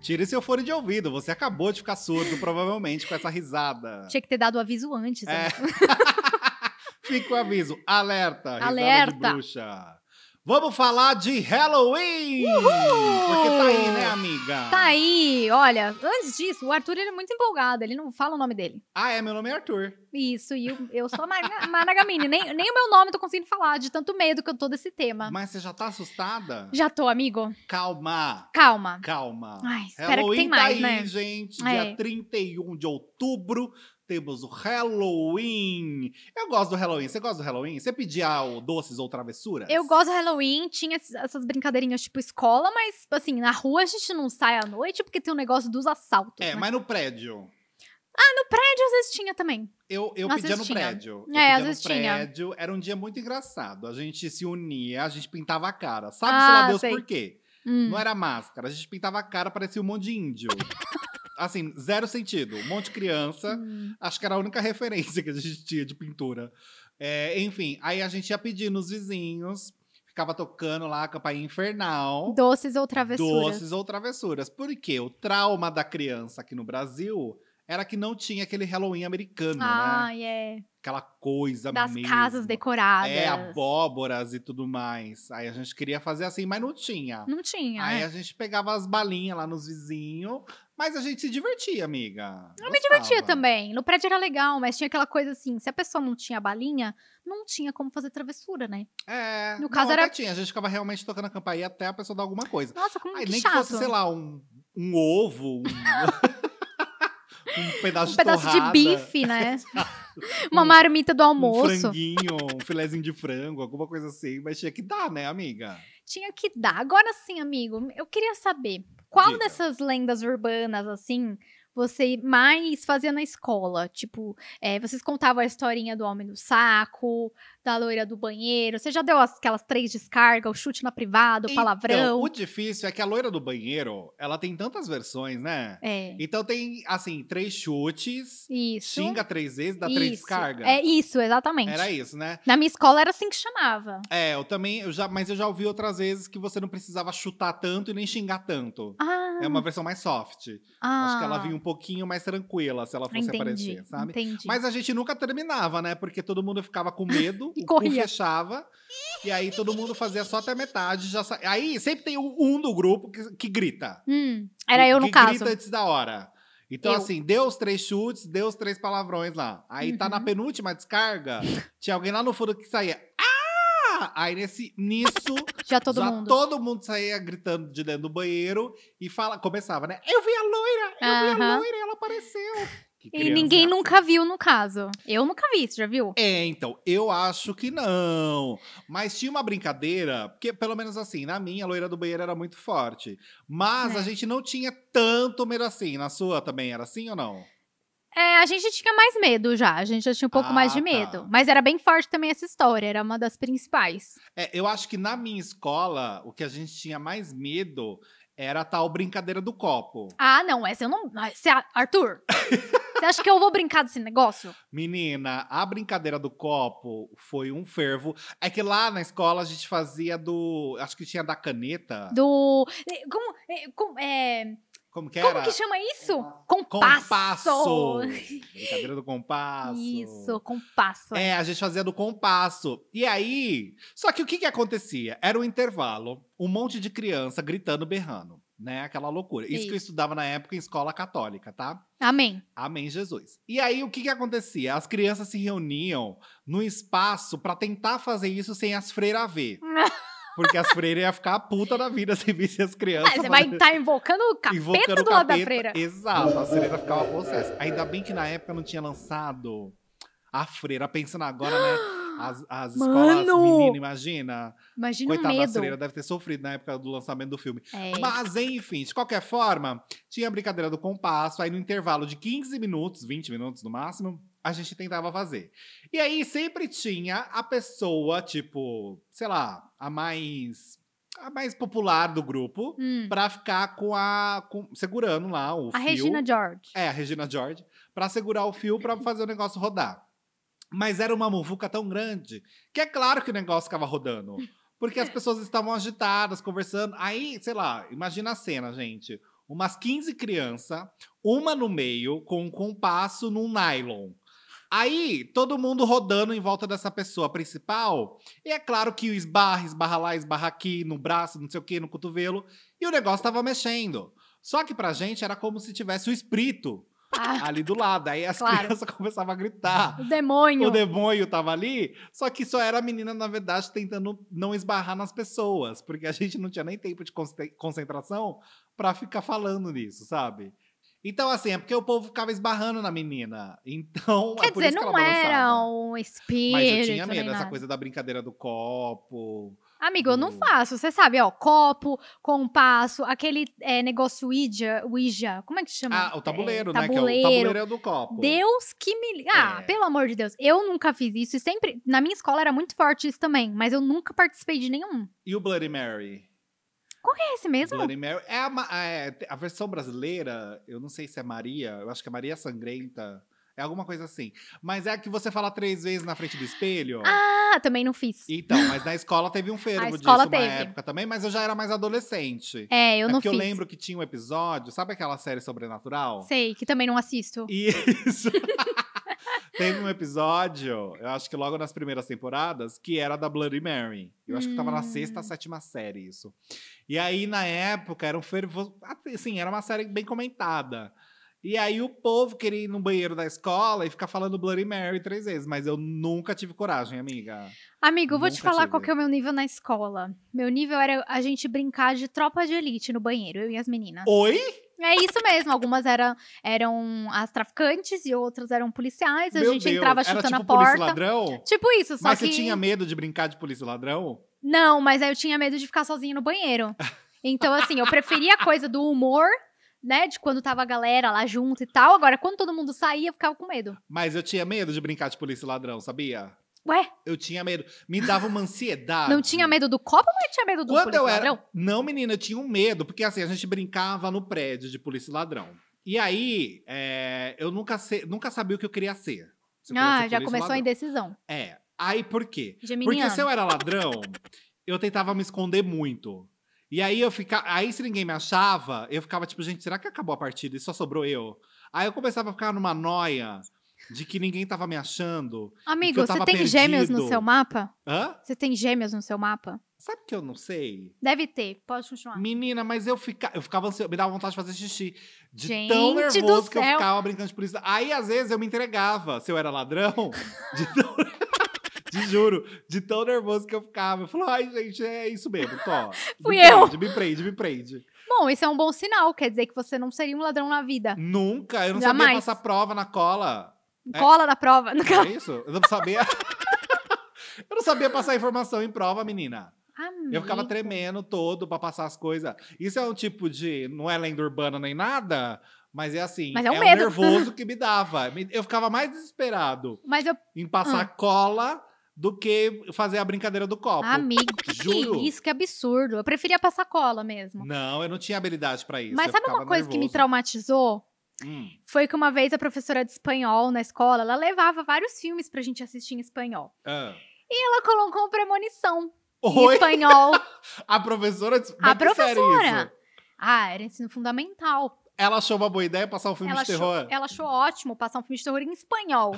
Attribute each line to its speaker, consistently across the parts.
Speaker 1: Tire Uh. seu fone de ouvido, você acabou de ficar surdo, provavelmente, com essa risada.
Speaker 2: Tinha que ter dado o aviso antes. né?
Speaker 1: É. Fica o aviso. Alerta! risada
Speaker 2: Alerta.
Speaker 1: De bruxa. Vamos falar de Halloween! Porque tá aí, né, amiga?
Speaker 2: Tá aí, olha, antes disso, o Arthur ele é muito empolgado, ele não fala o nome dele.
Speaker 1: Ah, é, meu nome é Arthur.
Speaker 2: Isso, e eu, eu sou a Marga- Managamini, nem, nem o meu nome eu tô conseguindo falar, de tanto medo que eu tô desse tema.
Speaker 1: Mas você já tá assustada?
Speaker 2: Já tô, amigo?
Speaker 1: Calma,
Speaker 2: Calma.
Speaker 1: calma.
Speaker 2: Ai, espera que
Speaker 1: Halloween
Speaker 2: tem
Speaker 1: tá
Speaker 2: mais,
Speaker 1: aí,
Speaker 2: né?
Speaker 1: gente. Dia
Speaker 2: É.
Speaker 1: 31 de outubro temos o Halloween. Eu gosto do Halloween. Você gosta do Halloween? Você pedia o doces ou travessuras?
Speaker 2: Eu gosto do Halloween, tinha esses- essas brincadeirinhas tipo escola, mas assim, na rua a gente não sai à noite porque tem o negócio dos assaltos.
Speaker 1: É,
Speaker 2: né?
Speaker 1: mas no prédio.
Speaker 2: No prédio às vezes tinha também.
Speaker 1: Eu, eu
Speaker 2: Às
Speaker 1: pedia
Speaker 2: vezes
Speaker 1: no
Speaker 2: tinha.
Speaker 1: prédio. Eu
Speaker 2: É, às
Speaker 1: pedia
Speaker 2: vezes
Speaker 1: no
Speaker 2: tinha.
Speaker 1: prédio. Era um dia muito engraçado. A gente se unia, a gente pintava a cara. Sabe,
Speaker 2: Ah,
Speaker 1: sei lá Deus
Speaker 2: sei.
Speaker 1: por quê?
Speaker 2: Hum.
Speaker 1: Não era máscara, a gente pintava a cara, parecia um monte de índio. assim, zero sentido. Um monte de criança.
Speaker 2: Hum.
Speaker 1: Acho que era a única referência que a gente tinha de pintura. É, enfim, aí a gente ia pedir nos vizinhos, ficava tocando lá a campainha infernal.
Speaker 2: Doces ou travessuras.
Speaker 1: Doces ou travessuras. Porque o trauma da criança aqui no Brasil era que não tinha aquele Halloween americano, né?
Speaker 2: Ah, é.
Speaker 1: Aquela coisa
Speaker 2: Das
Speaker 1: mesmo.
Speaker 2: casas decoradas.
Speaker 1: É, abóboras e tudo mais. Aí a gente queria fazer assim, mas não tinha.
Speaker 2: Não tinha.
Speaker 1: Aí
Speaker 2: é.
Speaker 1: a gente pegava as balinhas lá nos vizinhos, mas a gente se divertia, amiga.
Speaker 2: Eu me divertia também. No prédio era legal, mas tinha aquela coisa assim: se a pessoa não tinha balinha, não tinha como fazer travessura, né?
Speaker 1: É.
Speaker 2: No caso
Speaker 1: até
Speaker 2: era-
Speaker 1: tinha, a gente ficava realmente tocando a campainha até a pessoa dar alguma coisa.
Speaker 2: Nossa, como
Speaker 1: Aí
Speaker 2: que
Speaker 1: nem
Speaker 2: chato.
Speaker 1: que fosse, sei lá, um, um ovo, um, um pedaço
Speaker 2: um
Speaker 1: de
Speaker 2: pedaço
Speaker 1: torrada,
Speaker 2: de bife, né? Uma marmita do
Speaker 1: Um
Speaker 2: almoço.
Speaker 1: franguinho, um filezinho de frango, alguma coisa assim. Mas tinha que dar, né, amiga?
Speaker 2: tinha que dar. Agora sim, amigo, eu queria saber qual
Speaker 1: Diga.
Speaker 2: dessas lendas urbanas, assim, você mais fazia na escola? Tipo, é, vocês contavam a historinha do homem do saco, da loira do banheiro. Você já deu as- aquelas três descargas, o chute na privada, o
Speaker 1: Então,
Speaker 2: palavrão?
Speaker 1: o difícil é que a loira do banheiro, ela tem tantas versões, né?
Speaker 2: É.
Speaker 1: Então tem, assim, três chutes,
Speaker 2: Isso.
Speaker 1: xinga três vezes, dá três
Speaker 2: isso.
Speaker 1: cargas.
Speaker 2: É isso, exatamente.
Speaker 1: Era isso, né?
Speaker 2: Na minha escola era assim que chamava.
Speaker 1: É, eu também, eu já, mas eu já ouvi outras vezes que você não precisava chutar tanto e nem xingar tanto.
Speaker 2: Ah,
Speaker 1: É uma versão mais soft. Acho que ela
Speaker 2: ah.
Speaker 1: vinha um pouquinho mais tranquila se ela fosse
Speaker 2: Entendi,
Speaker 1: aparecer, sabe?
Speaker 2: Entendi.
Speaker 1: Mas a gente nunca terminava, né? Porque todo mundo ficava com medo,
Speaker 2: E
Speaker 1: o cu
Speaker 2: corria.
Speaker 1: fechava. E aí todo mundo fazia só até metade. Já sa... Aí sempre tem um, um do grupo que, que grita.
Speaker 2: Hum, era eu
Speaker 1: que,
Speaker 2: no
Speaker 1: que
Speaker 2: caso.
Speaker 1: grita antes da hora. Então,
Speaker 2: Eu.
Speaker 1: assim, deu os três chutes, deu os três palavrões lá. Aí tá na
Speaker 2: Uhum.
Speaker 1: penúltima descarga, tinha alguém lá no fundo que saía. Ah! Aí nesse, nisso,
Speaker 2: Já todo
Speaker 1: já
Speaker 2: mundo.
Speaker 1: todo mundo saía gritando de dentro do banheiro e fala, começava, né? Eu vi a loira, eu vi a
Speaker 2: Aham.
Speaker 1: loira, ela apareceu. Que
Speaker 2: E
Speaker 1: criança é
Speaker 2: ninguém
Speaker 1: assim?
Speaker 2: nunca viu, no caso. Eu nunca vi, você já viu?
Speaker 1: É, então, eu acho que não. Mas tinha uma brincadeira, porque pelo menos assim, na minha, a loira do banheiro era muito forte. Mas
Speaker 2: É.
Speaker 1: a gente não tinha tanto medo assim. Na sua também era assim ou não?
Speaker 2: É, a gente tinha mais medo já. A gente já tinha um pouco mais de
Speaker 1: Ah, tá.
Speaker 2: medo. Mas era bem forte também essa história. Era uma das principais.
Speaker 1: É, eu acho que na minha escola, o que a gente tinha mais medo era a tal brincadeira do copo.
Speaker 2: Ah, não, essa eu não. ah, Você, Arthur, você acha que eu vou brincar desse negócio?
Speaker 1: Menina, a brincadeira do copo foi um fervo. É que lá na escola a gente fazia do. Acho que tinha da caneta.
Speaker 2: Do. eh, Como, eh, com- eh,
Speaker 1: Como que era?
Speaker 2: como que chama isso? Compasso.
Speaker 1: Compasso! Brincadeira do compasso.
Speaker 2: Isso, compasso.
Speaker 1: É, a gente fazia do compasso. E aí. Só que o que que acontecia? Era um intervalo, um monte de criança gritando, berrando, né? Aquela loucura. Isso que eu
Speaker 2: Isso.
Speaker 1: estudava na época em escola católica, tá?
Speaker 2: Amém.
Speaker 1: Amém, Jesus. E aí, o que que acontecia? As crianças se reuniam num espaço pra tentar fazer isso sem as freiras ver. Porque as freiras iam ficar puta da vida se vissem as
Speaker 2: Ah,
Speaker 1: crianças.
Speaker 2: você vai
Speaker 1: fazendo-
Speaker 2: estar invocando o capeta
Speaker 1: invocando o
Speaker 2: do lado da
Speaker 1: capeta.
Speaker 2: freira.
Speaker 1: Exato, a freira ficava possessa. Ainda bem que na época não tinha lançado a freira, pensando agora, né? As, as escolas,
Speaker 2: Mano!
Speaker 1: menina, imagina.
Speaker 2: Imagina o
Speaker 1: Coitada da
Speaker 2: medo.
Speaker 1: freira, deve ter sofrido na época do lançamento do filme.
Speaker 2: É.
Speaker 1: Mas, enfim, de qualquer forma, tinha a brincadeira do compasso, aí no intervalo de 15 minutos, 20 minutos no máximo, a gente tentava fazer. E aí sempre tinha a pessoa, tipo, sei lá, a mais. A mais popular do grupo,
Speaker 2: Hum,
Speaker 1: pra ficar com a. com- segurando lá o
Speaker 2: a
Speaker 1: fio.
Speaker 2: Regina George.
Speaker 1: É, a Regina George, pra segurar o fio pra fazer o negócio rodar. Mas era uma muvuca tão grande que é claro que o negócio ficava rodando. Porque as pessoas estavam agitadas, conversando. Aí, sei lá, imagina a cena, gente. Umas 15 crianças, uma no meio, com um compasso num nylon. Aí, todo mundo rodando em volta dessa pessoa principal. E é claro que esbarra, esbarra lá, esbarra aqui, no braço, não sei o quê, no cotovelo. E o negócio tava mexendo. Só que pra gente era como se tivesse o espírito
Speaker 2: Ah,
Speaker 1: ali do lado. Aí as
Speaker 2: Claro.
Speaker 1: crianças começavam a gritar.
Speaker 2: o demônio.
Speaker 1: O demônio tava ali, só que só era a menina, na verdade, tentando não esbarrar nas pessoas, porque a gente não tinha nem tempo de conce- concentração pra ficar falando nisso, sabe? Então, assim, é porque o povo ficava esbarrando na menina. Então, é
Speaker 2: Quer
Speaker 1: por
Speaker 2: dizer,
Speaker 1: isso que
Speaker 2: não
Speaker 1: ela
Speaker 2: era
Speaker 1: balançava.
Speaker 2: um espírito.
Speaker 1: Mas eu tinha
Speaker 2: nem
Speaker 1: medo dessa
Speaker 2: nada.
Speaker 1: coisa Hum. da brincadeira do copo.
Speaker 2: Amigo, eu não
Speaker 1: do-
Speaker 2: faço. Você sabe, ó, copo, compasso, aquele é, negócio Ouija, Ouija. Como é que chama?
Speaker 1: Ah, o tabuleiro,
Speaker 2: É,
Speaker 1: né? Que é o
Speaker 2: tabuleiro.
Speaker 1: tabuleiro é o do copo.
Speaker 2: Deus que me. li- Ah,
Speaker 1: É.
Speaker 2: pelo amor de Deus. Eu nunca fiz isso. E sempre. Na minha escola era muito forte isso também, mas eu nunca participei de nenhum.
Speaker 1: E o Bloody Mary?
Speaker 2: É esse mesmo?
Speaker 1: Bloody Mary. É a, ma- é, a versão brasileira, eu não sei se é Maria, eu acho que é Maria Sangrenta. É alguma coisa assim. Mas é a que você fala três vezes na frente do espelho.
Speaker 2: Ah, também não fiz.
Speaker 1: Então, mas na escola teve um fervo disso
Speaker 2: escola
Speaker 1: uma
Speaker 2: teve.
Speaker 1: época também, mas eu já era mais adolescente.
Speaker 2: É, eu
Speaker 1: é
Speaker 2: não
Speaker 1: porque
Speaker 2: fiz.
Speaker 1: eu lembro que tinha um episódio, sabe aquela série sobrenatural?
Speaker 2: Sei, que também não assisto.
Speaker 1: E Isso. Teve um episódio, eu acho que logo nas primeiras temporadas, que era da Bloody Mary. Eu acho que tava na
Speaker 2: Hum.
Speaker 1: sexta, sétima série, isso. E aí, na época, era um fervor. Assim, era uma série bem comentada. E aí, o povo queria ir no banheiro da escola e ficar falando Bloody Mary três vezes. Mas eu nunca tive coragem, amiga.
Speaker 2: Amigo, eu vou te
Speaker 1: Nunca
Speaker 2: falar
Speaker 1: tive.
Speaker 2: qual que é o meu nível na escola. Meu nível era a gente brincar de tropa de elite no banheiro, eu e as meninas.
Speaker 1: Oi?
Speaker 2: É isso mesmo, algumas eram, eram as traficantes e outras eram policiais. A
Speaker 1: Meu
Speaker 2: gente
Speaker 1: Deus.
Speaker 2: entrava
Speaker 1: era
Speaker 2: chutando
Speaker 1: tipo
Speaker 2: a
Speaker 1: polícia e
Speaker 2: porta.
Speaker 1: ladrão?
Speaker 2: Tipo isso, só
Speaker 1: Mas
Speaker 2: que.
Speaker 1: você tinha medo de brincar de polícia e ladrão?
Speaker 2: Não, mas aí eu tinha medo de ficar sozinha no banheiro. Então, assim, eu preferia a coisa do humor, né? De quando tava a galera lá junto e tal. Agora, quando todo mundo saía, eu ficava com medo.
Speaker 1: Mas eu tinha medo de brincar de polícia e ladrão, sabia?
Speaker 2: Ué,
Speaker 1: Eu tinha medo. Me dava uma ansiedade.
Speaker 2: não tinha medo do copo, mas tinha medo do
Speaker 1: Ah, Quando eu
Speaker 2: polícia
Speaker 1: era.
Speaker 2: ladrão?
Speaker 1: Não, menina, eu tinha um medo, porque assim, a gente brincava no prédio de polícia e ladrão. E aí, é, eu nunca, se- nunca sabia o que eu queria ser. Se eu queria
Speaker 2: Ah,
Speaker 1: ser
Speaker 2: já
Speaker 1: polícia ou
Speaker 2: começou
Speaker 1: ladrão.
Speaker 2: a indecisão.
Speaker 1: É. Aí por quê? Porque
Speaker 2: Geminiano.
Speaker 1: se eu era ladrão, eu tentava me esconder muito. E aí eu ficava. Aí se ninguém me achava, eu ficava tipo, gente, será que acabou a partida e só sobrou eu? Aí eu começava a ficar numa noia de que ninguém tava me achando.
Speaker 2: Amigo,
Speaker 1: eu
Speaker 2: você
Speaker 1: tava
Speaker 2: tem gêmeos no
Speaker 1: perdido.
Speaker 2: seu mapa?
Speaker 1: Hã?
Speaker 2: Você tem gêmeos no seu mapa?
Speaker 1: Sabe que eu não sei?
Speaker 2: Deve ter, pode continuar.
Speaker 1: Menina, mas eu, fica, eu ficava ansioso, me dava vontade de fazer xixi. De
Speaker 2: Gente
Speaker 1: tão
Speaker 2: do
Speaker 1: nervoso que eu
Speaker 2: céu.
Speaker 1: ficava brincando de polícia. Aí, às vezes, eu me entregava, se eu era ladrão. De tão, de juro, de tão nervoso que eu ficava. Eu falava, ai, gente, é isso mesmo, tô.
Speaker 2: Fui
Speaker 1: me
Speaker 2: eu.
Speaker 1: Prende, me prende, me prende.
Speaker 2: Bom, isso é um bom sinal, quer dizer que você não seria um ladrão na vida.
Speaker 1: Nunca, eu não
Speaker 2: Jamais.
Speaker 1: sabia passar prova na cola. É.
Speaker 2: Cola na prova.
Speaker 1: Não é isso? Eu não sabia. eu não sabia passar informação em prova, menina. Eu ficava
Speaker 2: Amigo.
Speaker 1: tremendo todo pra passar as coisas. Isso é um tipo de. Não é lenda urbana nem nada, mas é assim.
Speaker 2: Mas é um
Speaker 1: o
Speaker 2: medo.
Speaker 1: nervoso que me dava. Me- Eu ficava mais desesperado
Speaker 2: Mas eu
Speaker 1: em
Speaker 2: Ah.
Speaker 1: passar cola do que fazer a brincadeira do copo.
Speaker 2: Amigo, que,
Speaker 1: Juro.
Speaker 2: que isso, que absurdo. Eu preferia passar cola mesmo.
Speaker 1: Não, eu não tinha habilidade pra isso.
Speaker 2: Mas
Speaker 1: eu
Speaker 2: sabe uma
Speaker 1: ficava
Speaker 2: coisa que me
Speaker 1: nervoso.
Speaker 2: traumatizou?
Speaker 1: Hum,
Speaker 2: Foi que uma vez a professora de espanhol na escola, ela levava vários filmes pra gente assistir em espanhol.
Speaker 1: ah.
Speaker 2: Ela colocou um premonição em
Speaker 1: Oi,
Speaker 2: espanhol.
Speaker 1: a professora. disse,
Speaker 2: a
Speaker 1: "Mas que série é
Speaker 2: professora.
Speaker 1: isso?"
Speaker 2: Ah, era ensino fundamental.
Speaker 1: Ela achou uma boa ideia passar um filme
Speaker 2: Ela
Speaker 1: de
Speaker 2: achou,
Speaker 1: terror.
Speaker 2: ela achou ótimo passar um filme de terror em espanhol.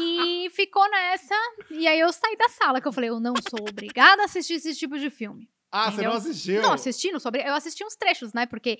Speaker 2: e ficou nessa. E aí eu saí da sala, que eu falei, eu não sou obrigada a assistir esse tipo de filme.
Speaker 1: Ah, você não
Speaker 2: Entendeu?
Speaker 1: assistiu?
Speaker 2: Não, assistindo sobre. Eu assisti uns trechos, né? Porque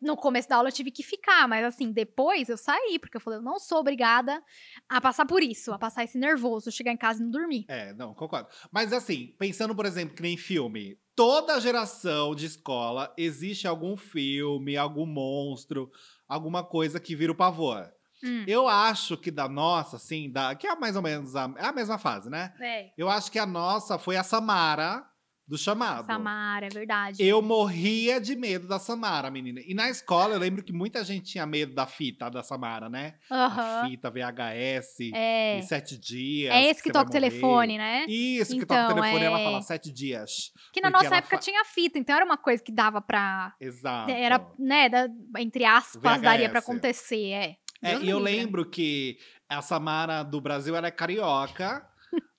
Speaker 2: no começo da aula eu tive que ficar, mas assim, depois eu saí, porque eu falei, eu não sou obrigada a passar por isso, a passar esse nervoso, chegar em casa e não dormir.
Speaker 1: É, não, concordo. Mas assim, pensando, por exemplo, que nem filme. Toda geração de escola existe algum filme, algum monstro, alguma coisa que vira o pavor.
Speaker 2: Hum.
Speaker 1: Eu acho que da nossa, assim, da, que é mais ou menos a, é a mesma fase, né?
Speaker 2: É.
Speaker 1: Eu acho que a nossa foi a Samara do chamado.
Speaker 2: Samara, é verdade.
Speaker 1: Tá Eu morria de medo da Samara, menina. E na escola eu lembro que muita gente tinha medo da fita da Samara, né?
Speaker 2: Aham.
Speaker 1: A fita VHS,
Speaker 2: É.
Speaker 1: em sete dias.
Speaker 2: É esse que
Speaker 1: você vai
Speaker 2: toca o
Speaker 1: morrer.
Speaker 2: telefone, né?
Speaker 1: Isso, que toca o
Speaker 2: Então,
Speaker 1: telefone e ela
Speaker 2: é.
Speaker 1: fala sete dias.
Speaker 2: Que na
Speaker 1: porque
Speaker 2: nossa
Speaker 1: ela
Speaker 2: época
Speaker 1: fa- Ah,
Speaker 2: tinha fita, então era uma coisa que dava pra.
Speaker 1: Exato.
Speaker 2: É,
Speaker 1: É,
Speaker 2: Era, né, da- entre aspas, daria pra
Speaker 1: VHS.
Speaker 2: acontecer, é.
Speaker 1: É,
Speaker 2: Deus
Speaker 1: e
Speaker 2: me
Speaker 1: eu
Speaker 2: livre.
Speaker 1: lembro que A Samara do Brasil, ela é carioca,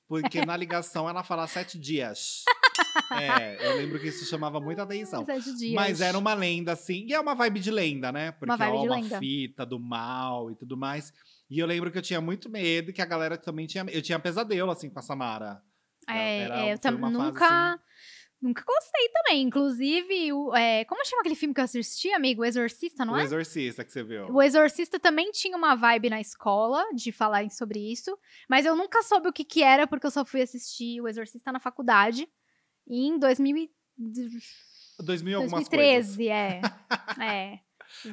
Speaker 1: porque na ligação ela fala sete dias. É, eu lembro que isso chamava muita atenção.
Speaker 2: Sete dias.
Speaker 1: Mas era uma lenda, assim. E é uma vibe de lenda, né? Porque
Speaker 2: Uma vibe
Speaker 1: é
Speaker 2: de
Speaker 1: uma
Speaker 2: lenda.
Speaker 1: fita do mal e tudo mais. E eu lembro que eu tinha muito medo, que a galera também tinha. Eu tinha pesadelo, assim, com a Samara.
Speaker 2: É,
Speaker 1: Era-
Speaker 2: é,
Speaker 1: foi
Speaker 2: eu tam-
Speaker 1: uma fase, assim.
Speaker 2: nunca. Nunca gostei também. Inclusive, o, é, como chama aquele filme que eu assisti, amigo? O Exorcista, não
Speaker 1: o
Speaker 2: é?
Speaker 1: Exorcista que você viu.
Speaker 2: O Exorcista também tinha uma vibe na escola de falarem sobre isso, mas eu nunca soube o que, que era, porque eu só fui assistir O Exorcista na faculdade em 2000 e-
Speaker 1: 2000 e algumas coisas.
Speaker 2: 2013, é. é.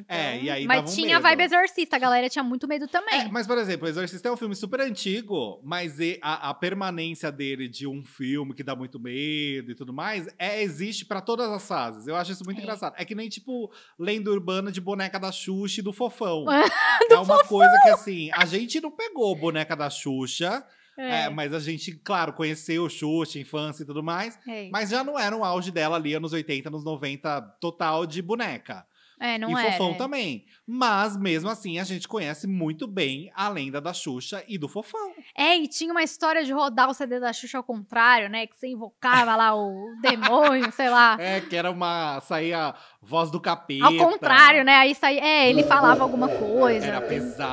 Speaker 1: É, e
Speaker 2: Então,
Speaker 1: aí dava
Speaker 2: mas
Speaker 1: um
Speaker 2: tinha
Speaker 1: medo.
Speaker 2: vibe exorcista, a galera tinha muito medo também.
Speaker 1: É, mas, por exemplo, o Exorcista é um filme super antigo, mas e- a, a permanência dele de um filme que dá muito medo e tudo mais, é, existe pra todas as fases. Eu acho isso muito
Speaker 2: É.
Speaker 1: engraçado. É que nem, tipo, lenda urbana de boneca da Xuxa e do Fofão.
Speaker 2: Do
Speaker 1: é uma coisa que, assim, a gente não pegou boneca da Xuxa, é, mas a gente, claro, conheceu Xuxa, infância e tudo mais,
Speaker 2: é,
Speaker 1: mas já não era um auge dela ali, anos 80, anos 90, total de boneca
Speaker 2: é, não
Speaker 1: e
Speaker 2: era,
Speaker 1: Fofão
Speaker 2: é.
Speaker 1: também. Mas mesmo assim, a gente conhece muito bem a lenda da Xuxa e do Fofão.
Speaker 2: É, e tinha uma história de rodar o CD da Xuxa ao contrário, né? Que você invocava lá o demônio, sei lá.
Speaker 1: É, que era uma. saía voz do capeta.
Speaker 2: Ah. Ao contrário, né? Aí saía. É, ele falava alguma coisa.
Speaker 1: Era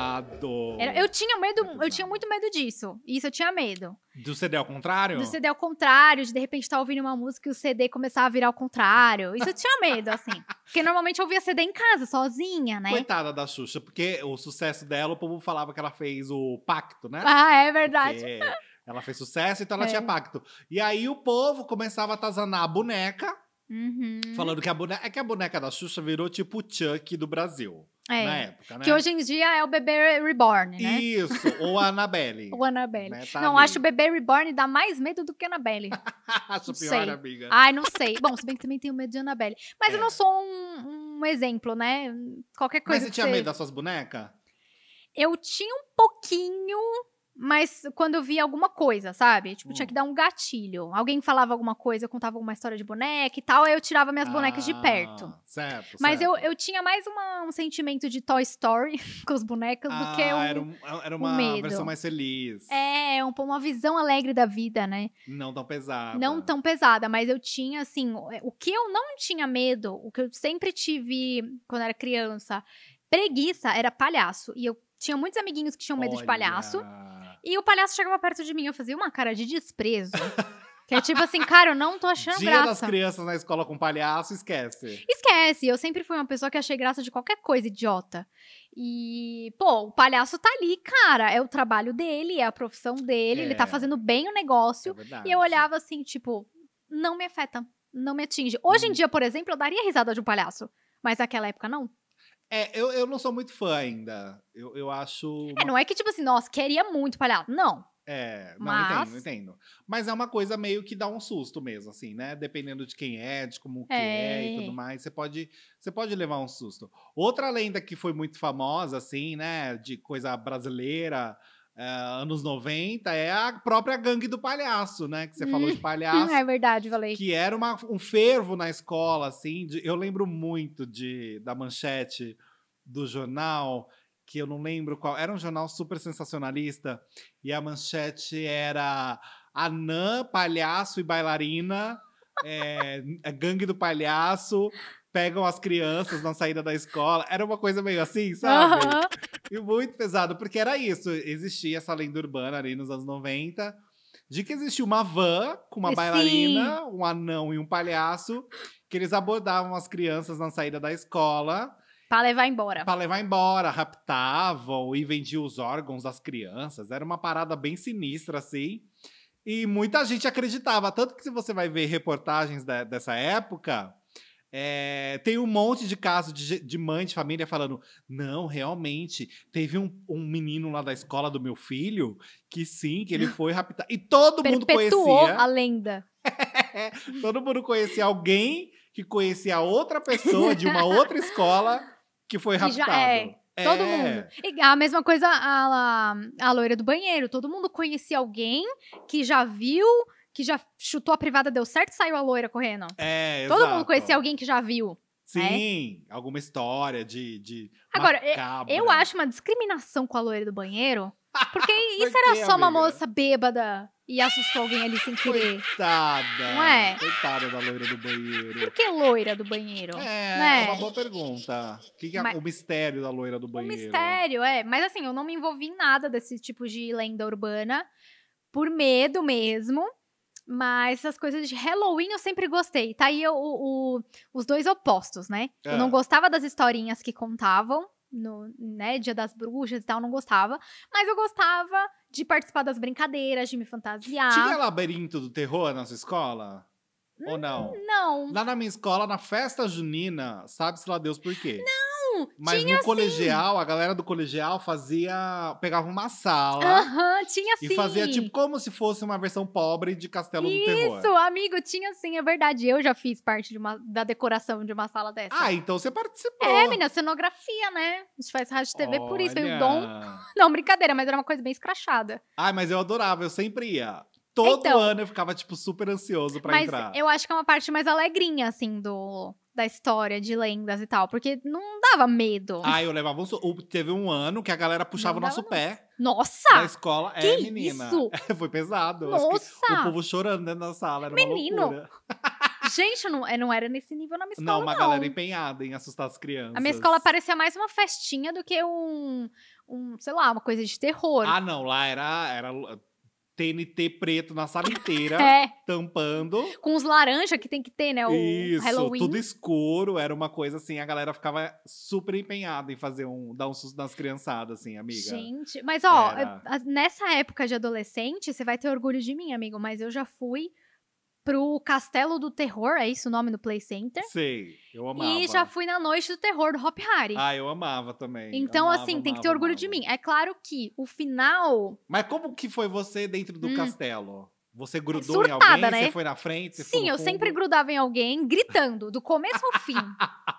Speaker 1: pesado.
Speaker 2: Era- eu tinha medo, eu
Speaker 1: Exato.
Speaker 2: tinha muito medo disso. Isso eu tinha medo.
Speaker 1: Do CD ao contrário?
Speaker 2: Do CD ao contrário, de de repente estar ouvindo uma música e o CD começar a virar ao contrário. Isso eu tinha medo, assim. Porque normalmente eu ouvia CD em casa, sozinha, né?
Speaker 1: Coitada da Xuxa, porque o sucesso dela, o povo falava que ela fez o pacto, né?
Speaker 2: Ah, é verdade.
Speaker 1: Porque ela fez sucesso, então ela
Speaker 2: É.
Speaker 1: tinha pacto. E aí o povo começava a atazanar a boneca,
Speaker 2: Uhum.
Speaker 1: falando que a boneca. É que a boneca da Xuxa virou tipo o Chuck do Brasil.
Speaker 2: É.
Speaker 1: Na época, né?
Speaker 2: Que hoje em dia é o bebê reborn, né?
Speaker 1: Isso, ou a Annabelle.
Speaker 2: O Annabelle.
Speaker 1: Né, tá
Speaker 2: não,
Speaker 1: ali.
Speaker 2: acho o bebê reborn dá mais medo do que Annabelle.
Speaker 1: Acho
Speaker 2: não
Speaker 1: pior,
Speaker 2: sei.
Speaker 1: amiga.
Speaker 2: Ai, não sei. Bom, se bem que também tenho medo de Annabelle. Mas
Speaker 1: É.
Speaker 2: eu não sou um, um exemplo, né? Qualquer
Speaker 1: Mas
Speaker 2: coisa.
Speaker 1: você
Speaker 2: que
Speaker 1: tinha
Speaker 2: você-
Speaker 1: medo das suas bonecas?
Speaker 2: Eu tinha um pouquinho, mas quando eu via alguma coisa, sabe? Tipo, tinha
Speaker 1: Hum.
Speaker 2: que dar um gatilho. Alguém falava alguma coisa, eu contava alguma história de boneca e tal, aí eu tirava minhas bonecas de
Speaker 1: Ah,
Speaker 2: perto.
Speaker 1: Certo.
Speaker 2: Mas eu,
Speaker 1: certo.
Speaker 2: eu tinha mais uma- um sentimento de Toy Story com as bonecas do que
Speaker 1: Ah,
Speaker 2: um,
Speaker 1: era, um- era uma
Speaker 2: medo.
Speaker 1: versão mais feliz.
Speaker 2: É, um- uma visão alegre da vida, né?
Speaker 1: Não tão pesada.
Speaker 2: não tão pesada, mas eu tinha, assim, o- o que eu não tinha medo, o que eu sempre tive quando era criança, preguiça, era palhaço. E eu tinha muitos amiguinhos que tinham medo de
Speaker 1: Olha.
Speaker 2: palhaço. E o palhaço chegava perto de mim, eu fazia uma cara de desprezo. que é tipo assim, cara, eu não tô achando
Speaker 1: Dia das
Speaker 2: graça.
Speaker 1: crianças na escola com palhaço, esquece.
Speaker 2: Esquece, eu sempre fui uma pessoa que achei graça de qualquer coisa idiota. E, pô, o palhaço tá ali, cara. É o trabalho dele, é a profissão dele, ele
Speaker 1: É.
Speaker 2: tá fazendo bem o negócio.
Speaker 1: É verdade.
Speaker 2: E eu olhava assim, tipo, não me afeta, não me atinge. Hoje
Speaker 1: Uhum.
Speaker 2: em dia, por exemplo, eu daria risada de um palhaço. Mas naquela época, não.
Speaker 1: É, eu, eu não sou muito fã ainda. Eu, eu acho.
Speaker 2: É, não é que, tipo assim, nossa, queria muito palhaço. Não.
Speaker 1: É, não
Speaker 2: Mas-
Speaker 1: entendo, entendo. Mas é uma coisa meio que dá um susto mesmo, assim, né? Dependendo de quem é, de como que é, e
Speaker 2: É.
Speaker 1: tudo mais, você pode, você pode levar um susto. Outra lenda que foi muito famosa, assim, né? De coisa brasileira, eh, anos 90, é a própria gangue do palhaço, né? Que você falou de palhaço.
Speaker 2: é verdade, falei.
Speaker 1: Que era uma- um fervo na escola, assim. de- eu lembro muito de, da manchete do jornal, que eu não lembro qual. Era um jornal super sensacionalista. E a manchete era Anã, palhaço e bailarina, é, a gangue do palhaço. Pegam as crianças na saída da escola. Era uma coisa meio assim, sabe?
Speaker 2: Aham.
Speaker 1: E muito pesado, porque era isso. Existia essa lenda urbana ali nos anos 90. De que existia uma van com uma
Speaker 2: Sim.
Speaker 1: bailarina, um anão e um palhaço, que eles abordavam as crianças na saída da escola
Speaker 2: Pra levar embora.
Speaker 1: para É levar embora, raptavam e vendiam os órgãos das crianças. Era uma parada bem sinistra, assim. E muita gente acreditava. Tanto que, se você vai ver reportagens da- dessa época, é, tem um monte de casos de, ge- de mãe de família falando: não, realmente, teve um, um menino lá da escola do meu filho que sim, que ele foi raptado. E todo mundo
Speaker 2: Perpetuou
Speaker 1: conhecia.
Speaker 2: a lenda.
Speaker 1: Todo mundo conhecia alguém que conhecia outra pessoa de uma outra escola que foi
Speaker 2: Que já-
Speaker 1: raptado.
Speaker 2: é, Todo mundo. E a mesma coisa a, a, a loira do banheiro. Todo mundo conhecia alguém que já viu, que já chutou a privada, deu certo, saiu a loira correndo.
Speaker 1: É,
Speaker 2: Todo
Speaker 1: exato.
Speaker 2: mundo conhecia alguém que já viu.
Speaker 1: Sim, alguma história de. de
Speaker 2: Agora,
Speaker 1: macabra.
Speaker 2: Eu acho uma discriminação com a loira do banheiro Porque
Speaker 1: Por
Speaker 2: isso
Speaker 1: quê,
Speaker 2: era só uma
Speaker 1: amiga?
Speaker 2: moça bêbada e assustou alguém ali sem querer.
Speaker 1: Coitada.
Speaker 2: Não é?
Speaker 1: Coitada da loira do banheiro.
Speaker 2: Por que loira do banheiro?
Speaker 1: É,
Speaker 2: Né?
Speaker 1: é uma boa pergunta. O que que é
Speaker 2: Mas-
Speaker 1: o mistério da loira do
Speaker 2: Um
Speaker 1: banheiro?
Speaker 2: mistério, é. Mas assim, eu não me envolvi em nada desse tipo de lenda urbana. Por medo mesmo. Mas essas coisas de Halloween eu sempre gostei. Tá aí o- o- os dois opostos, né?
Speaker 1: É.
Speaker 2: Eu não gostava das historinhas que contavam. No, né, Dia das Bruxas e tal, não gostava. Mas eu gostava de participar das brincadeiras, de me fantasiar.
Speaker 1: Tinha labirinto do terror na sua escola? Ou não?
Speaker 2: Hum. Não.
Speaker 1: Lá na minha escola, na festa junina, sabe-se lá Deus por quê.
Speaker 2: Não,
Speaker 1: Mas
Speaker 2: tinha assim.
Speaker 1: no colegial, a galera do colegial fazia. pegava uma sala
Speaker 2: Aham, tinha Ah, sim.
Speaker 1: e fazia tipo como se fosse uma versão pobre de Castelo do Terror.
Speaker 2: Isso, amigo, tinha sim, é verdade. Eu já fiz parte de uma- da decoração de uma sala dessa.
Speaker 1: Ah, então você participou.
Speaker 2: É, menina, cenografia, né? A gente faz rádio e TV por isso, veio o dom.
Speaker 1: Olha.
Speaker 2: Não, brincadeira, mas era uma coisa bem escrachada.
Speaker 1: Ai, mas eu adorava, eu sempre ia. Todo
Speaker 2: Então.
Speaker 1: ano eu ficava, tipo, super ansioso pra
Speaker 2: mas
Speaker 1: entrar.
Speaker 2: eu acho que é uma parte mais alegrinha, assim, do, da história, de lendas e tal. Porque não dava medo.
Speaker 1: Ai, eu levava um. su- o- Teve um ano que a galera puxava o
Speaker 2: Não
Speaker 1: nosso
Speaker 2: dava,
Speaker 1: pé da
Speaker 2: Nossa!
Speaker 1: escola.
Speaker 2: Tá, Que
Speaker 1: é, menina.
Speaker 2: isso?
Speaker 1: Foi pesado. Eu acho que O
Speaker 2: Nossa!
Speaker 1: povo chorando dentro da sala. Era
Speaker 2: Menino,
Speaker 1: uma loucura.
Speaker 2: Gente, eu não, eu não era nesse nível na minha escola,
Speaker 1: Não,
Speaker 2: não.
Speaker 1: uma galera empenhada em assustar as crianças.
Speaker 2: A minha escola parecia mais uma festinha do que um, um sei lá, uma coisa de terror.
Speaker 1: Ah, não, lá era, era TNT preto na sala inteira,
Speaker 2: é,
Speaker 1: tampando.
Speaker 2: com os laranja que tem que ter, né? O
Speaker 1: Isso,
Speaker 2: Halloween.
Speaker 1: tudo escuro, era uma coisa assim, a galera ficava super empenhada em fazer um, dar um susto nas criançadas, assim, amiga.
Speaker 2: Gente, mas ó,
Speaker 1: Era.
Speaker 2: a- nessa época de adolescente, você vai ter orgulho de mim, amigo, mas eu já fui pro Castelo do Terror, é isso o nome do Play Center?
Speaker 1: Sei, eu amava.
Speaker 2: E já fui na Noite do Terror do Hop Harry.
Speaker 1: Ah, eu amava também.
Speaker 2: então,
Speaker 1: amava,
Speaker 2: assim, tem que ter
Speaker 1: amava,
Speaker 2: orgulho de
Speaker 1: amava.
Speaker 2: mim. É claro que o final.
Speaker 1: Mas como que foi você dentro do
Speaker 2: Hum. É
Speaker 1: castelo? Você grudou
Speaker 2: Surtada,
Speaker 1: em alguém,
Speaker 2: né?
Speaker 1: você foi na frente, você um. ficou
Speaker 2: Sim,
Speaker 1: no
Speaker 2: eu
Speaker 1: fundo?
Speaker 2: sempre grudava em alguém, gritando, do começo ao fim.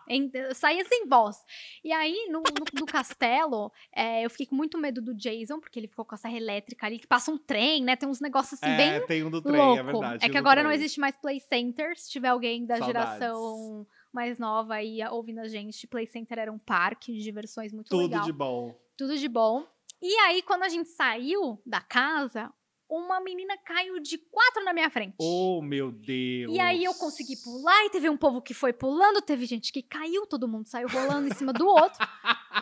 Speaker 2: Ent- eu saía sem voz. E aí, no, no- no castelo, é, eu fiquei com muito medo do Jason, porque ele ficou com a serra elétrica ali, que passa um trem, né? Tem uns negócios assim,
Speaker 1: é,
Speaker 2: bem
Speaker 1: tem um do trem,
Speaker 2: louco.
Speaker 1: é verdade.
Speaker 2: que agora não existe mais play center. Se tiver alguém da
Speaker 1: Saudades.
Speaker 2: geração mais nova aí a- ouvindo a gente, play center era um parque de diversões muito
Speaker 1: Tudo
Speaker 2: legal.
Speaker 1: de bom.
Speaker 2: Tudo de bom. E aí, quando a gente saiu da casa, uma menina caiu de quatro na minha frente.
Speaker 1: Oh, meu Deus.
Speaker 2: E aí eu consegui pular e teve um povo que foi pulando, teve gente que caiu, todo mundo saiu rolando em cima do outro.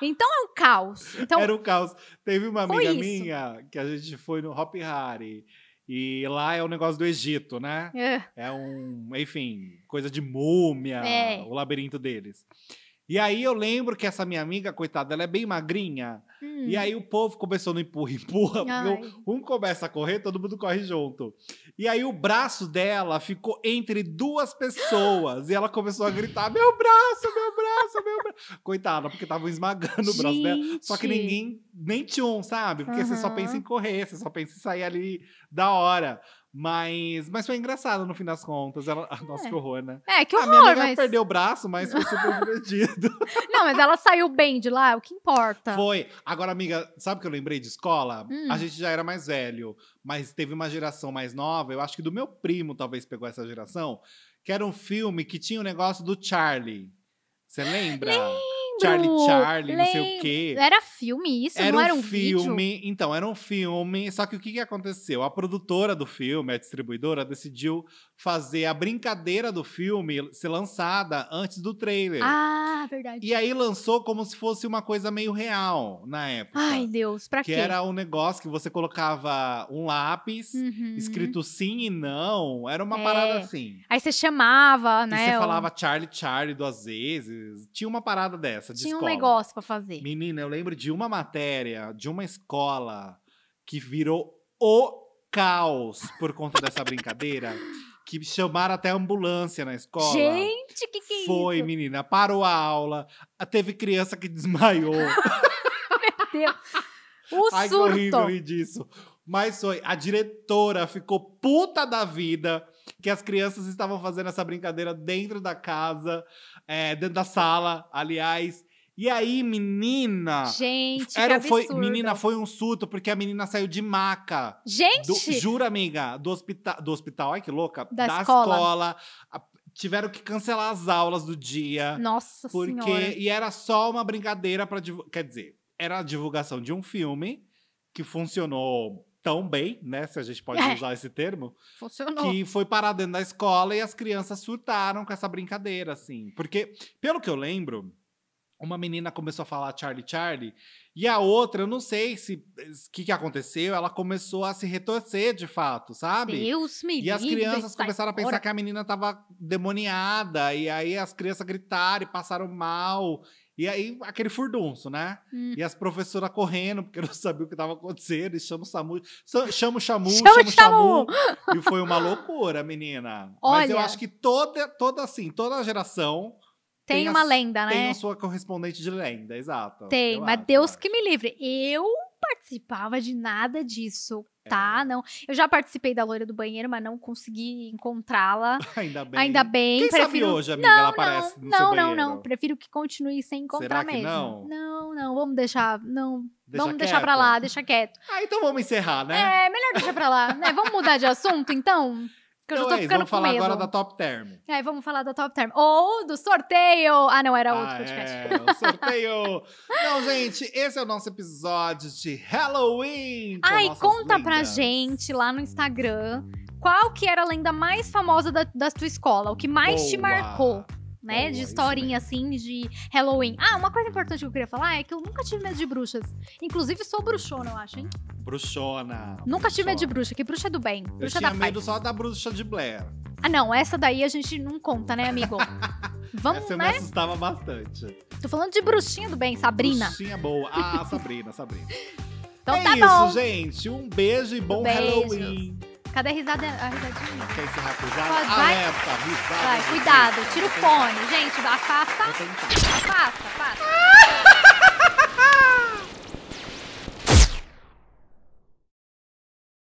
Speaker 2: Então é um caos. Então
Speaker 1: Era um caos. Teve uma
Speaker 2: Foi
Speaker 1: amiga
Speaker 2: isso.
Speaker 1: minha que a gente foi no Hop Harry. E lá é o negócio do Egito, né?
Speaker 2: é,
Speaker 1: É um, enfim, coisa de múmia,
Speaker 2: É.
Speaker 1: o labirinto deles. E aí eu lembro que essa minha amiga, coitada, ela é bem magrinha.
Speaker 2: hum,
Speaker 1: E aí o povo começou no empurra, empurra. porque
Speaker 2: ai,
Speaker 1: Um começa a correr, todo mundo corre junto. E aí o braço dela ficou entre duas pessoas. e ela começou a gritar: Meu braço, meu braço, meu braço. Coitada, porque estavam esmagando o braço dela. Só que
Speaker 2: gente.
Speaker 1: ninguém, nem tinha um, sabe? Porque você só
Speaker 2: Aham.
Speaker 1: pensa em correr, você só pensa em sair ali da hora. Mas, mas foi engraçado no fim das contas. Ela, ah, Nossa,
Speaker 2: É.
Speaker 1: que horror, né?
Speaker 2: É, que
Speaker 1: a minha
Speaker 2: horror,
Speaker 1: amiga
Speaker 2: mas.
Speaker 1: perdeu o braço, mas foi super divertido.
Speaker 2: Não, mas ela saiu bem de lá, é o que importa.
Speaker 1: Foi. Agora, amiga, sabe o que eu lembrei de escola?
Speaker 2: Hum.
Speaker 1: A gente já era mais velho, mas teve uma geração mais nova. Eu acho que do meu primo talvez pegou essa geração, que era um filme que tinha o negócio do Charlie. Você lembra? Charlie Charlie, não sei o
Speaker 2: lembro.
Speaker 1: quê.
Speaker 2: Era filme isso? não era um vídeo?
Speaker 1: filme, então, era um filme. Só que o que, que aconteceu? A produtora do filme, a distribuidora, decidiu fazer a brincadeira do filme ser lançada antes do trailer.
Speaker 2: Ah, verdade.
Speaker 1: E aí lançou como se fosse uma coisa meio real na época.
Speaker 2: Ai, Deus, pra
Speaker 1: que
Speaker 2: quê?
Speaker 1: era um negócio que você colocava um lápis,
Speaker 2: Uhum.
Speaker 1: escrito sim e não. Era uma
Speaker 2: É.
Speaker 1: parada assim.
Speaker 2: Aí você chamava,
Speaker 1: E
Speaker 2: né?
Speaker 1: você
Speaker 2: o-
Speaker 1: falava Charlie, Charlie duas vezes. Tinha uma parada dessa de
Speaker 2: Tinha um
Speaker 1: escola.
Speaker 2: negócio pra fazer.
Speaker 1: Menina, eu lembro de uma matéria de uma escola que virou o caos por conta dessa brincadeira, que chamaram até a ambulância na escola.
Speaker 2: Gente, que que é
Speaker 1: Foi,
Speaker 2: isso?
Speaker 1: menina, parou a aula. Teve criança que desmaiou.
Speaker 2: O
Speaker 1: Ai, que horrível
Speaker 2: surto.
Speaker 1: rir disso. Mas foi, a diretora ficou puta da vida que as crianças estavam fazendo essa brincadeira dentro da casa, é, dentro da sala, aliás. E aí, menina,
Speaker 2: Gente,
Speaker 1: Era, um
Speaker 2: que
Speaker 1: foi,
Speaker 2: absurdo.
Speaker 1: menina, foi um surto, porque a menina saiu de maca. Do-
Speaker 2: Gente,
Speaker 1: jura, amiga, do hospital. Do hospital, ai que louca.
Speaker 2: Da
Speaker 1: escola.
Speaker 2: escola.
Speaker 1: a- tiveram que cancelar as aulas do dia.
Speaker 2: nossa
Speaker 1: porque.
Speaker 2: senhora.
Speaker 1: E era só uma brincadeira pra divulgar. Quer dizer, era a divulgação de um filme que funcionou tão bem, né? Se a gente pode
Speaker 2: É.
Speaker 1: usar esse termo,
Speaker 2: Funcionou.
Speaker 1: que foi parar dentro da escola e as crianças surtaram com essa brincadeira, assim. Porque, pelo que eu lembro, uma menina começou a falar Charlie Charlie e a outra, eu não sei se o que, que aconteceu, ela começou a se retorcer de fato, sabe?
Speaker 2: Deus me
Speaker 1: E as
Speaker 2: livre,
Speaker 1: crianças
Speaker 2: sai
Speaker 1: começaram a pensar
Speaker 2: fora.
Speaker 1: que a menina tava demoniada, e aí as crianças gritaram e passaram mal. E aí, aquele furdunço, né?
Speaker 2: Hum.
Speaker 1: E as professoras correndo, porque não sabiam o que estava acontecendo, e chama o SAMU, sa- chama o Xamu,
Speaker 2: Chama o
Speaker 1: chama o Xamu. E foi uma loucura, menina. Mas eu
Speaker 2: Olha.
Speaker 1: acho que toda, toda assim, toda geração
Speaker 2: Tem
Speaker 1: tem
Speaker 2: uma
Speaker 1: as-
Speaker 2: lenda, né?
Speaker 1: tem a sua correspondente de lenda, exato.
Speaker 2: Tem,
Speaker 1: Eu
Speaker 2: mas
Speaker 1: acho,
Speaker 2: Deus
Speaker 1: eu
Speaker 2: que me livre. Eu participava de nada disso,
Speaker 1: É.
Speaker 2: tá? Não. Eu já participei da loira do banheiro, mas não consegui encontrá-la.
Speaker 1: acho. Ainda bem.
Speaker 2: Ainda bem,
Speaker 1: Quem
Speaker 2: prefiro.
Speaker 1: sabe hoje, amiga, ela aparece
Speaker 2: não,
Speaker 1: no seu
Speaker 2: não, não,
Speaker 1: banheiro?
Speaker 2: não. Prefiro que continue sem
Speaker 1: Será
Speaker 2: encontrar
Speaker 1: que
Speaker 2: mesmo.
Speaker 1: não?
Speaker 2: não, não, vamos deixar, não,
Speaker 1: Deixa
Speaker 2: vamos deixar pra
Speaker 1: quieto.
Speaker 2: lá, deixa quieto.
Speaker 1: Ah, então vamos encerrar, né?
Speaker 2: É, melhor deixar pra lá, né? Vamos mudar de assunto, então? Que eu já
Speaker 1: Então
Speaker 2: tô
Speaker 1: é isso,
Speaker 2: ficando
Speaker 1: vamos
Speaker 2: com
Speaker 1: falar
Speaker 2: medo.
Speaker 1: agora da Top Term.
Speaker 2: É, vamos falar da Top Term. Ou do sorteio! Ah, não, era outro
Speaker 1: Ah,
Speaker 2: podcast.
Speaker 1: É, o sorteio! Não, gente, esse é o nosso episódio de Halloween! com
Speaker 2: Ai,
Speaker 1: nossas
Speaker 2: conta pra
Speaker 1: lendas.
Speaker 2: gente lá no Instagram qual que era a lenda mais famosa da, da tua escola, o que mais te
Speaker 1: Boa.
Speaker 2: marcou. Né,
Speaker 1: Boa,
Speaker 2: de
Speaker 1: isso
Speaker 2: historinha assim, de Halloween. Ah, uma coisa importante que eu queria falar é que eu nunca tive medo de bruxas. Inclusive, sou bruxona, eu acho, hein?
Speaker 1: Bruxona.
Speaker 2: Nunca tive medo de
Speaker 1: bruxona.
Speaker 2: bruxa, que bruxa é do bem.
Speaker 1: Eu
Speaker 2: Bruxa
Speaker 1: tinha
Speaker 2: da
Speaker 1: medo
Speaker 2: paz.
Speaker 1: só da bruxa de Blair.
Speaker 2: Ah, não, essa daí a gente não conta, né, amigo? Vamos,
Speaker 1: Essa eu
Speaker 2: né?
Speaker 1: me assustava bastante.
Speaker 2: Tô falando de bruxinha do bem, Sabrina.
Speaker 1: Bruxinha boa. Ah, Sabrina, Sabrina.
Speaker 2: Então
Speaker 1: é
Speaker 2: tá
Speaker 1: isso,
Speaker 2: bom.
Speaker 1: gente. Um beijo e bom
Speaker 2: Beijos.
Speaker 1: Halloween.
Speaker 2: Cadê a risada? A risadinha?
Speaker 1: Quer encerrar com risada?
Speaker 2: Pode, vai.
Speaker 1: Alerta, risada.
Speaker 2: Vai, cuidado, tira o fone. Gente, afasta,
Speaker 1: Vou tentar.
Speaker 2: afasta, afasta.